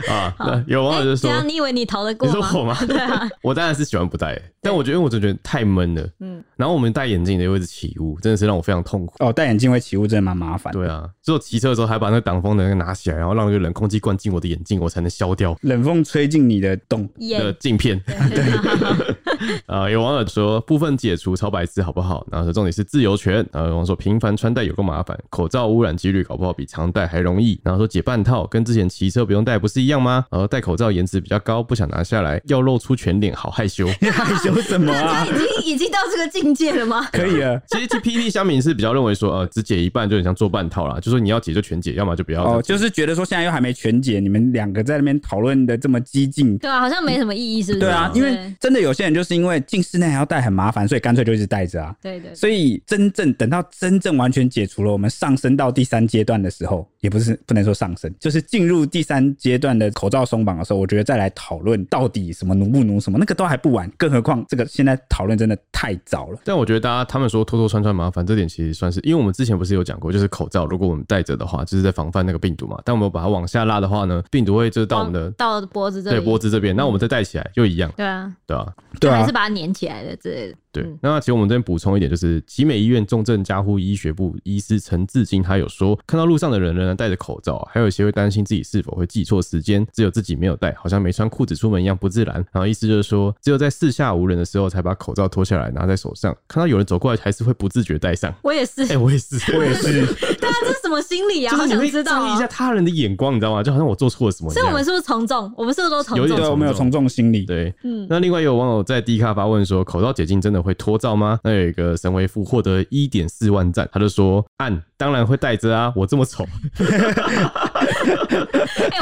啊，那有网友就说
哎怎样，你以为你逃得过
你
吗？
说我吗？
对 啊，
我当然是喜欢不戴，但我觉得因为我真的觉得太闷了。
嗯
嗯，然后我们戴眼镜的又一直起雾，真的是让我非常痛苦。
哦，戴眼镜会起雾真的蛮麻烦。
对啊，只有骑车的时候还把那个挡风的那个拿起来，然后让那个冷空气灌进我的眼镜，我才能消掉
冷风吹进你的洞，
的
眼
镜片。 啊、有网友说部分解除超白痴好不好？然后说重点是自由权。然后有网友说频繁穿戴有个麻烦，口罩污染几率搞不好比常戴还容易。然后说解半套跟之前骑车不用戴不是一样吗？然后戴口罩颜值比较高，不想拿下来，要露出全脸，好害羞。
你害羞什么
他
啊？
已经已经到这个境界了吗？
可以啊了。
其实 TPP 香民是比较认为说，呃，只解一半就很像做半套啦，就说你要解就全解，要么就不要。
哦，就是觉得说现在又还没全解，你们两个在那边讨论的这么激进。
对啊，好像没什么意义，是不是？
对啊，因为
对
真的有些人就是因为进室内还要戴很麻烦，所以干脆就一直戴着啊。
对对，
所以真正等到真正完全解除了，我们上升到第三阶段的时候，也不是不能说上升，就是进入第三阶段的口罩松绑的时候，我觉得再来讨论到底什么奴不奴什么，那个都还不晚，更何况这个现在讨论真的太早了。
但我觉得大家他们说脱脱穿穿麻烦，这点其实算是，因为我们之前不是有讲过，就是口罩，如果我们戴着的话，就是在防范那个病毒嘛。但我们把它往下拉的话呢，病毒会就是到我们的
到脖子这里，嗯
对脖子这边，那我们再戴起来又一样，
对啊，
对吧、
对
还
啊
是，把它粘起来的之类的。
对
嗯，
那其实我们这边补充一点，就是集美医院重症加护医学部医师陈志金他有说，看到路上的人仍然戴着口罩，还有一些会担心自己是否会记错时间，只有自己没有戴，好像没穿裤子出门一样不自然。然后意思就是说，只有在四下无人的时候才把口罩脱下来拿在手上，看到有人走过来还是会不自觉戴上。
我也是，
哎、我也是，
我 也是，
对啊，这是什么心理啊？
就
好
是你
想
会
知道
注意一下
啊。
他人的眼光，你知道吗？就好像我做错了什么一
所以
样。
我们是不是从众？我们是不是都从
有一
众
点？
对，我们有从众心理。
对，
嗯
那另外有网友在 D 卡发问说，口罩解禁真的会脱罩吗？那有一个神回复获得一点四万赞，他就说：“按当然会戴着啊，我这么 丑。
哎、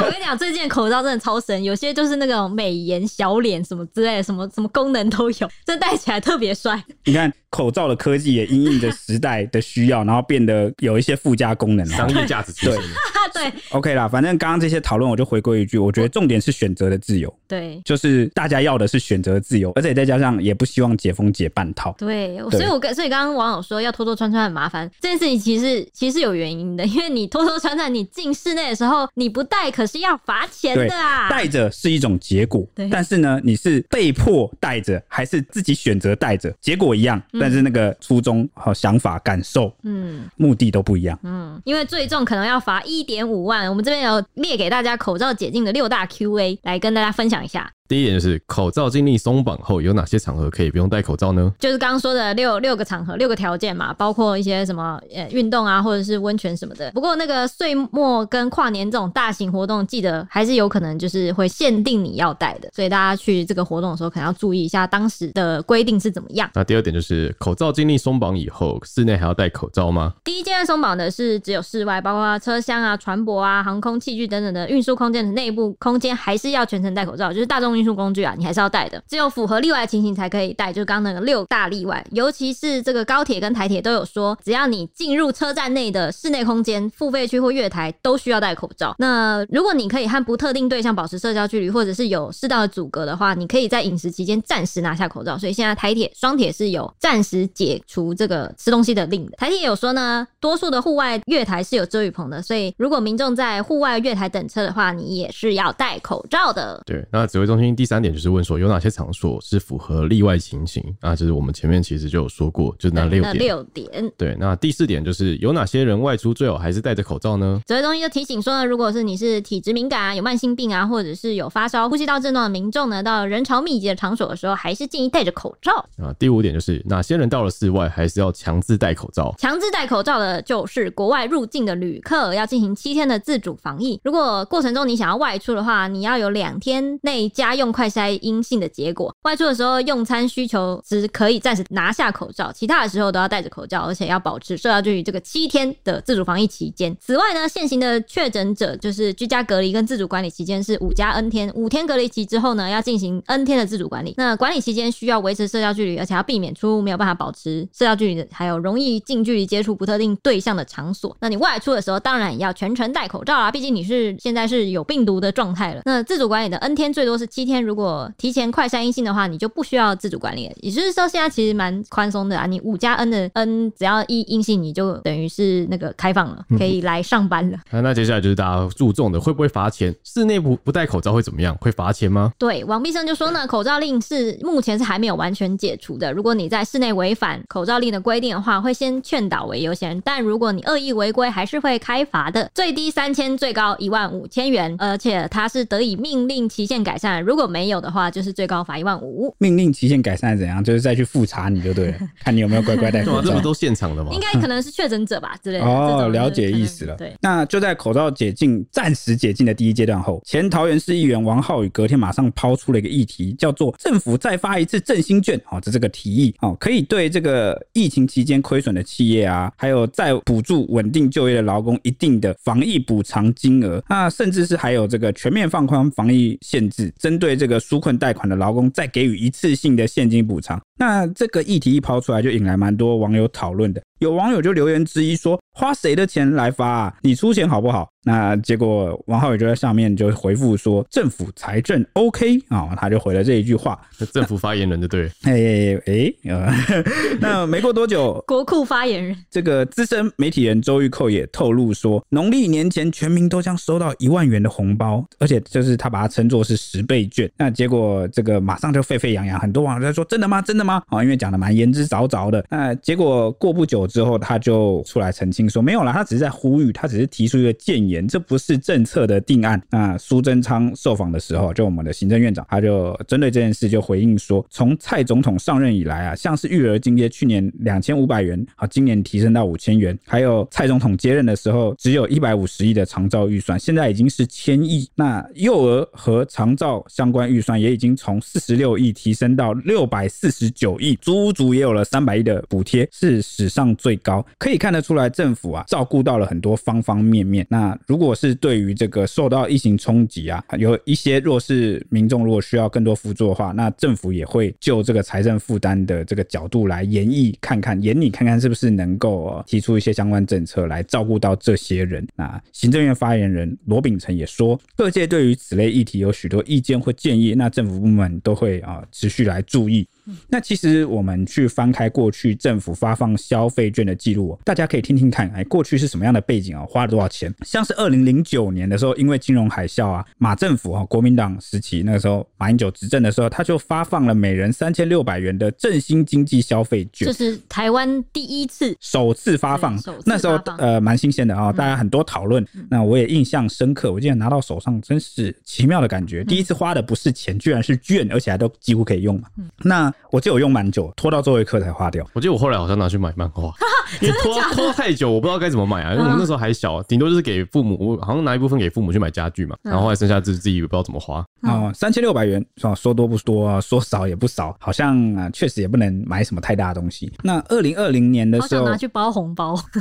我跟你讲，最近的口罩真的超神，有些就是那种美颜小脸什么之类的，什么什么功能都有，这戴起来特别帅。
你看口罩的科技也因应着时代的需要，然后变得有一些附加功能”
商
了。
业价值出现了，
啊，对
OK 啦，反正刚刚这些讨论，我就回归一句，我觉得重点是选择的自由。
对
就是大家要的是选择自由，而且再加上也不希望解封解半套。
对，
对
所以我跟所以刚刚网友说要脱脱穿穿很麻烦，这件事情其实其实有原因的，因为你脱脱穿穿，你进室内的时候你不戴，可是要罚钱
对
的啊。
戴着是一种结果
对，
但是呢，你是被迫戴着还是自己选择戴着，结果一样，但是那个初衷和想法、感受、
嗯
目的都不一样。
嗯，因为最重可能要罚一点五万，我们这边有列给大家口罩解禁的六大 QA 来跟大家分享一下。
第一点就是口罩禁令松绑后，有哪些场合可以不用戴口罩呢？
就是刚刚说的六六个场合、六个条件嘛，包括一些什么呃运动啊，或者是温泉什么的。不过那个岁末跟跨年这种大型活动，记得还是有可能就是会限定你要带的，所以大家去这个活动的时候，可能要注意一下当时的规定是怎么样。
那第二点就是口罩禁令松绑以后，室内还要戴口罩吗？
第一阶段松绑的是只有室外，包括车啊厢啊、船舶啊、航空器具等等的运输空间的内部空间，还是要全程戴口罩，就是大众运输工具啊，你还是要带的，只有符合例外情形才可以带，就刚刚那个六大例外，尤其是这个高铁跟台铁都有说，只要你进入车站内的室内空间、付费区或月台，都需要戴口罩。那如果你可以和不特定对象保持社交距离，或者是有适当的阻隔的话，你可以在饮食期间暂时拿下口罩。所以现在台铁、双铁是有暂时解除这个吃东西的令的。台铁有说呢，多数的户外月台是有遮雨棚的，所以如果民众在户外月台等车的话，你也是要戴口罩的。
对，那指挥中心第三点就是问说，有哪些场所是符合例外情形？那就是我们前面其实就有说过，就是那六
那
点。
六点。
对，那第四点就是有哪些人外出最好还是戴着口罩呢？
指挥中心就提醒说呢，如果是你是体质敏感啊、有慢性病啊，或者是有发烧、呼吸道症状的民众呢，到人潮密集的场所的时候，还是建议戴着口罩。
啊，第五点就是哪些人到了室外还是要强制戴口罩。
强制戴口罩的就是国外入境的旅客，要进行七天的自主防疫。如果过程中你想要外出的话，你要有两天内家用快筛阴性的结果。外出的时候用餐需求只可以暂时拿下口罩，其他的时候都要戴着口罩，而且要保持社交距离这个七天的自主防疫期间。此外呢，现行的确诊者就是居家隔离跟自主管理期间是五加 N 天，五天隔离期之后呢，要进行 N 天的自主管理。那管理期间需要维持社交距离，而且要避免出入没有办法保持社交距离的，还有容易近距离接触不特定对象的场所。那你外出的时候，当然也要全程戴口罩啊，毕竟你是现在是有病毒的状态了。那自主管理的 N 天最多是七天，如果提前快筛阴性的话，你就不需要自主管理了。也就是说，现在其实蛮宽松的啊，你五加 N 的 N 只要一阴性，你就等于是那个开放了，可以来上班了。
那那接下来就是大家注重的，会不会罚钱？室内不不戴口罩会怎么样？会罚钱吗？
对，王必胜就说呢，口罩令是目前是还没有完全解除的。如果你在室内违反口罩令的规定的话，会先劝导为优先，但如果你恶意违规，还是会开罚的，最低三千，最高一万五千元，而且它是得以命令期限改善，如果没有的话，就是最高罚一万五。
命令期限改善是怎样？就是再去复查你就对了，看你有没有乖乖戴
对啊
口，
这
罩
不。都现场的吗
应？该可能是确诊者吧之类的。这
哦，
种
了
就是
解
可能
意思了。
对，，
那就在口罩解禁、暂时解禁的第一阶段后，前桃园市议员王浩宇隔天马上抛出了一个议题，叫做“政府再发一次振兴券”哦，这这个提议哦，可以对这个疫情期间亏损的企业啊，还有再补助稳定就业的劳工一定的防疫补偿金额，那甚至是还有这个全面放宽防疫限制，针对这个纾困贷款的劳工再给予一次性的现金补偿。那这个议题一抛出来，就引来蛮多网友讨论的。有网友就留言质疑说：“花谁的钱来发、啊？你出钱好不好？”那结果王浩宇就在上面就回复说：“政府财政 OK 啊、哦他就回了这一句话。
那政府发言人就对，
哎哎哎，呃 那没过多久，
国库发言人
这个资深媒体人周玉蔻也透露说，农历年前全民都将收到一万元的红包，而且就是他把它称作是十倍券。那结果这个马上就沸沸扬扬，很多网友在说真的吗？真的吗？啊、因为讲的蛮言之凿凿的。那结果过不久之后，他就出来澄清说没有啦，他只是在呼吁，他只是提出一个建言，这不是政策的定案。那苏贞昌受访的时候，就我们的行政院长，他就针对这件事就回应说，从蔡总统上任以来啊，像是育儿津贴去年两千五百元，啊，今年提升到五千元，还有蔡总统接任的时候只有一百五十亿的长照预算，现在已经是千亿。那幼儿和长照相关预算也已经从四十六亿提升到六百四十九亿，足足也有了三百亿的补贴，是史上最高。可以看得出来，政府啊照顾到了很多方方面面。那如果是对于这个受到疫情冲击啊，有一些弱势民众如果需要更多辅助的话，那政府也会就这个财政负担的这个角度来研议看看，研拟看看是不是能够、呃提出一些相关政策来照顾到这些人。那行政院发言人罗秉成也说，各界对于此类议题有许多意见或建议，那政府部门都会啊、呃持续来注意。那其实我们去翻开过去政府发放消费券的记录、哦，大家可以听听看，哎，过去是什么样的背景哦，花了多少钱？像是二零零九年的时候，因为金融海啸啊，马政府啊、哦，国民党时期那个时候，马英九执政的时候，他就发放了每人三千六百元的振兴经济消费券
就。是台湾第一次
首次发放
对首次，
那时候
发放嗯
呃蛮新鲜的啊、大家很多讨论。那我也印象深刻，我记得拿到手上真是奇妙的感
嗯
觉。第一次花的不是钱，居然是券，而且还都几乎可以用嘛。
嗯
那我记得我用蛮久，拖到最后一刻才花掉。
我记得我后来好像拿去买漫画，因为拖拖太久，我不知道该怎么买啊，
嗯
因为我们那时候还小，顶多就是给父母，我好像拿一部分给父母去买家具嘛，
嗯
然后后来剩下自自己也不知道怎么花。
嗯
哦，三千六百元，说说多不多，啊说少也不少，好像啊，呃确实也不能买什么太大的东西。那二零二零年的
好
时
想
候，
拿去包红包。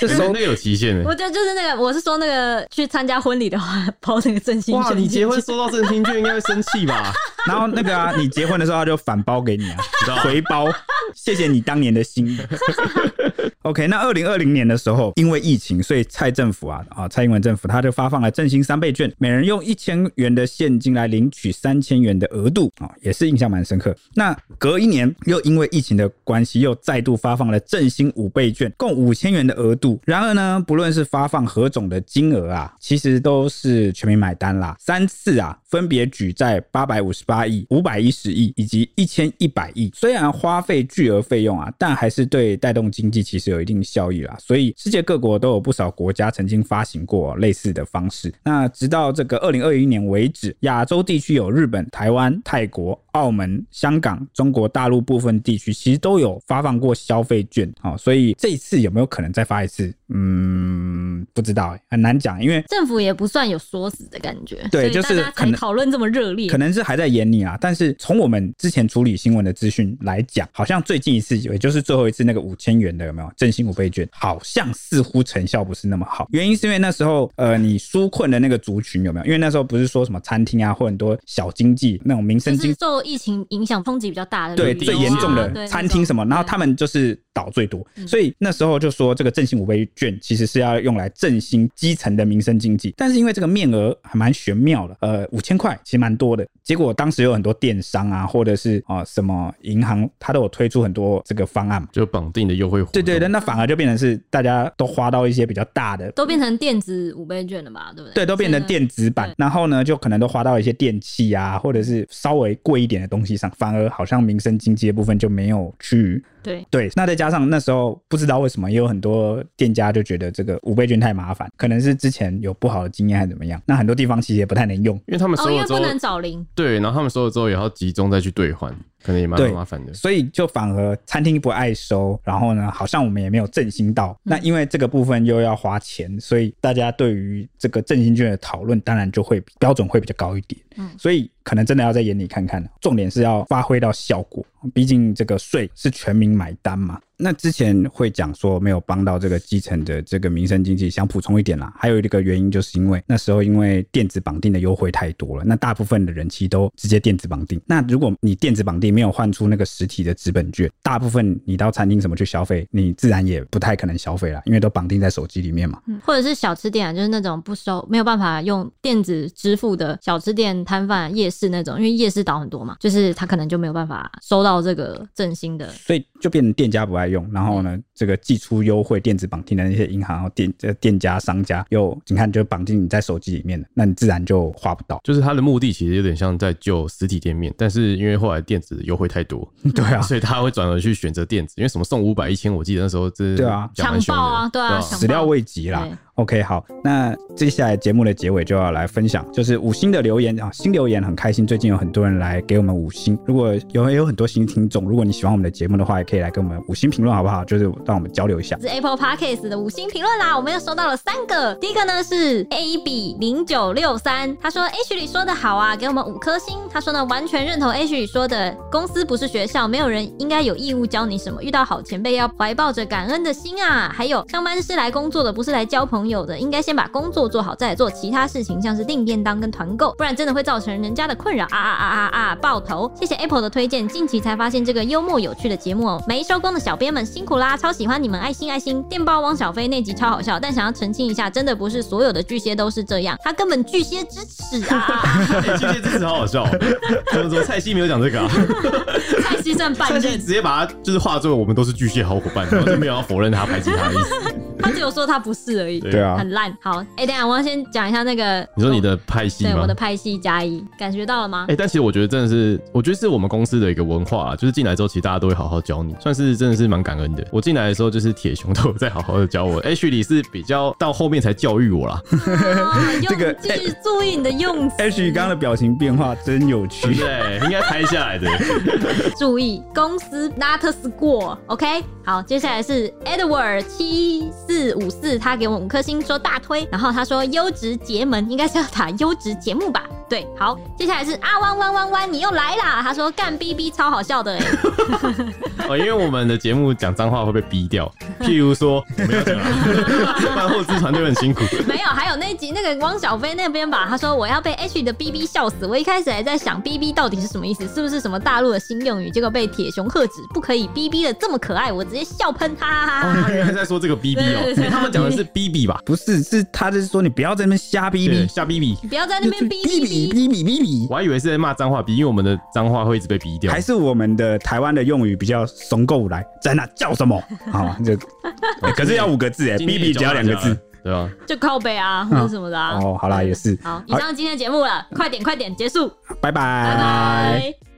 这时
那
候
那个有期限
我
的。
觉得就是那个，我是说那个去参加婚礼的话，包那个振兴
哇，
券
你结婚收到振兴券应该会生气吧？
然后那个啊，你结婚的时候他就返包 给你啊，
知道吗
回包，谢谢你当年的心意。OK，那二零二零年的时候，因为疫情，所以蔡政府啊啊蔡英文政府他就发放了振兴三倍券，每人用一千元的现金来领取三千元的额度啊，也是印象蛮深刻。那隔一年又因为疫情的关系，又再度发放了振兴五倍券，共五千元的额度。然而呢，不论是发放何种的金额啊，其实都是全民买单啦，三次啊分别举债八百五十八亿、五百一十亿以及一千一百亿。虽然花费巨额费用啊，但还是对带动经济其实有一定效益啦。所以世界各国都有不少国家曾经发行过类似的方式。那直到这个二零二一年为止，亚洲地区有日本、台湾、泰国、澳门、香港、中国大陆部分地区其实都有发放过消费券哦，所以这一次有没有可能再发一次？嗯，不知道、欸，很难讲，因为
政府也不算有锁死的感觉，所
对
以
就是
大家
可
才
能
讨论这么热烈
可。能是还在演你啊。但是从我们之前处理新闻的资讯来讲，好像最近一次，也就是最后一次那个五千元的有没有振兴五倍券，好像似乎成效不是那么好。原因是因为那时候呃，你纾困的那个族群有没有？因为那时候不是说什么餐厅啊，或很多小经济那种民
就
生经
是受疫情影响冲击比较大的
对
旅游啊
最严重的
对嗯
餐厅什么，
那
然
种
后他们就是倒最多，所以那时候就说这个振兴五倍券其实是要用来振兴基层的民生经济，但是因为这个面额还蛮玄妙的，呃，五千块其实蛮多的，结果当时有很多电商啊，或者是啊、呃什么银行，它都有推出很多这个方案嘛，
就绑定的优惠活动。
对对对，那反而就变成是大家都花到一些比较大的
都变成电子五倍券了嘛，对不对？
对，都变成
所以呢
电子版
对，
然后呢，就可能都花到一些电器啊，或者是稍微贵一点的东西上，反而好像民生经济的部分就没有去。
对
对，那再加上那时候不知道为什么，也有很多店家就觉得这个五倍券太麻烦，可能是之前有不好的经验还是怎么样，那很多地方其实也不太能用。
因为他们收
哦，因
了之
为不
后，
能找零，
对，然后他们收了之后也要集中再去兑换，可能也蛮
对
麻烦的。
所以就反而餐厅不爱收，然后呢，好像我们也没有振兴到。
嗯
那因为这个部分又要花钱，所以大家对于这个振兴券的讨论，当然就会比标准会比较高一点。
嗯
所以可能真的要在眼里看看，重点是要发挥到效果。毕竟这个税是全民买单嘛。那之前会讲说没有帮到这个基层的这个民生经济，想补充一点啦。还有一个原因就是因为那时候因为电子绑定的优惠太多了，那大部分的人其实都直接电子绑定。那如果你电子绑定没有换出那个实体的纸本券，大部分你到餐厅什么去消费，你自然也不太可能消费啦，因为都绑定在手机里面嘛。
嗯或者是小吃店啊，就是那种不收没有办法用电子支付的小吃店摊贩、夜市那种，因为夜市倒很多嘛，就是他可能就没有办法收到这个振兴的。
所以就变成店家不爱用，然后呢，这个寄出优惠电子绑定的那些银行、店呃店家、商家又你看就绑定你在手机里面的，那你自然就花不到。
就是它的目的其实有点像在救实体店面，但是因为后来电子优惠太多，
对啊，
所以他会转而去选择电子，因为什么送五百一千，我记得那时候这
对啊
讲蛮凶的
抢爆啊对啊抢
始料未及啦
对。
OK，好，那接下来节目的结尾就要来分享，就是五星的留言啊，新留言很开心，最近有很多人来给我们五星，如果有也有很多新听众，如果你喜欢我们的节目的话，也可以来跟我们五星评论好不好？就是让我们交流一下。
是 Apple Podcast 的五星评论啦，我们又收到了三个。第一个呢是 A B 零九六三，他说 H 里说的好啊，给我们五颗星。他说呢，完全认同 H 里说的，公司不是学校，没有人应该有义务教你什么，遇到好前辈要怀抱着感恩的心啊。还有上班是来工作的，不是来交朋友的，应该先把工作做好，再来做其他事情，像是订便当跟团购，不然真的会造成人家的困扰啊啊啊啊啊！爆头，谢谢 Apple 的推荐，近期才发现这个幽默有趣的节目哦。没收工的小编们辛苦啦，超喜欢你们，爱心爱心。电报汪小菲那集超好笑，但想要澄清一下，真的不是所有的巨蟹都是这样，他根本巨蟹之耻 啊！
哎巨蟹之子好好 笑哦，怎么怎么蔡西没有讲这个啊？
蔡西算半
蔡西
认
直，接把他就是化作我们都是巨蟹好伙伴，然后就没有要否认他排挤他的意思。
他只有说他不是而已，
对
对啊，
很烂。好，哎、等一下我要先讲一下那个，哦
你说你的派系
对
吗
我的？派系加一，感觉到了吗
哎、？但其实我觉得真的是，我觉得是我们公司的一个文化、啊，就是进来之后，其实大家都会好好教你，算是真的是蛮感恩的。我进来的时候，就是铁熊都有在好好的教我，H 里是比较到后面才教育我啦，
啊用
这个
继续注意你的用词。
H 刚刚的表情变化真有趣
对不。对？应该拍下来的。
注意公司 not score，OK？、好，接下来是 Edward 七四五四，他给我们五颗星，说大推，然后他说优质节门应该是要打优质节目吧。对，好，接下来是啊弯弯弯弯，你又来啦！他说干 B B 超好笑的哎、
哦，因为我们的节目讲脏话会被逼掉，譬如说，我们要讲啊，办后置团队很辛苦。
没有，还有那一集那个汪小菲那边吧，他说我要被 H 的 BB 笑死，我一开始还在想 BB 到底是什么意思，是不是什么大陆的新用语？结果被铁熊喝止，不可以 BB 的这么可爱，我直接笑喷，哈哈哈
哦，
哈。
他原来在说这个 BB
对对
哦，
对
欸他们讲的是 BB 吧？
不是，是他就是说你不要在那边瞎逼逼
对，下 BB，
你不要在那边逼逼
逼
逼，
逼逼逼
我还以为是在骂脏话 B，因为我们的脏话会一直被逼掉
还。是我们的台湾的用语比较怂够来，在那叫什么？好，这、欸可是要五个字哎，
今
逼
天
逼只要两个字。，
对吧？
就靠背啊或者什么的啊。
嗯哦，好啦，也是，
好，以上今天的节目了，快点快点结束，
拜拜。
拜拜。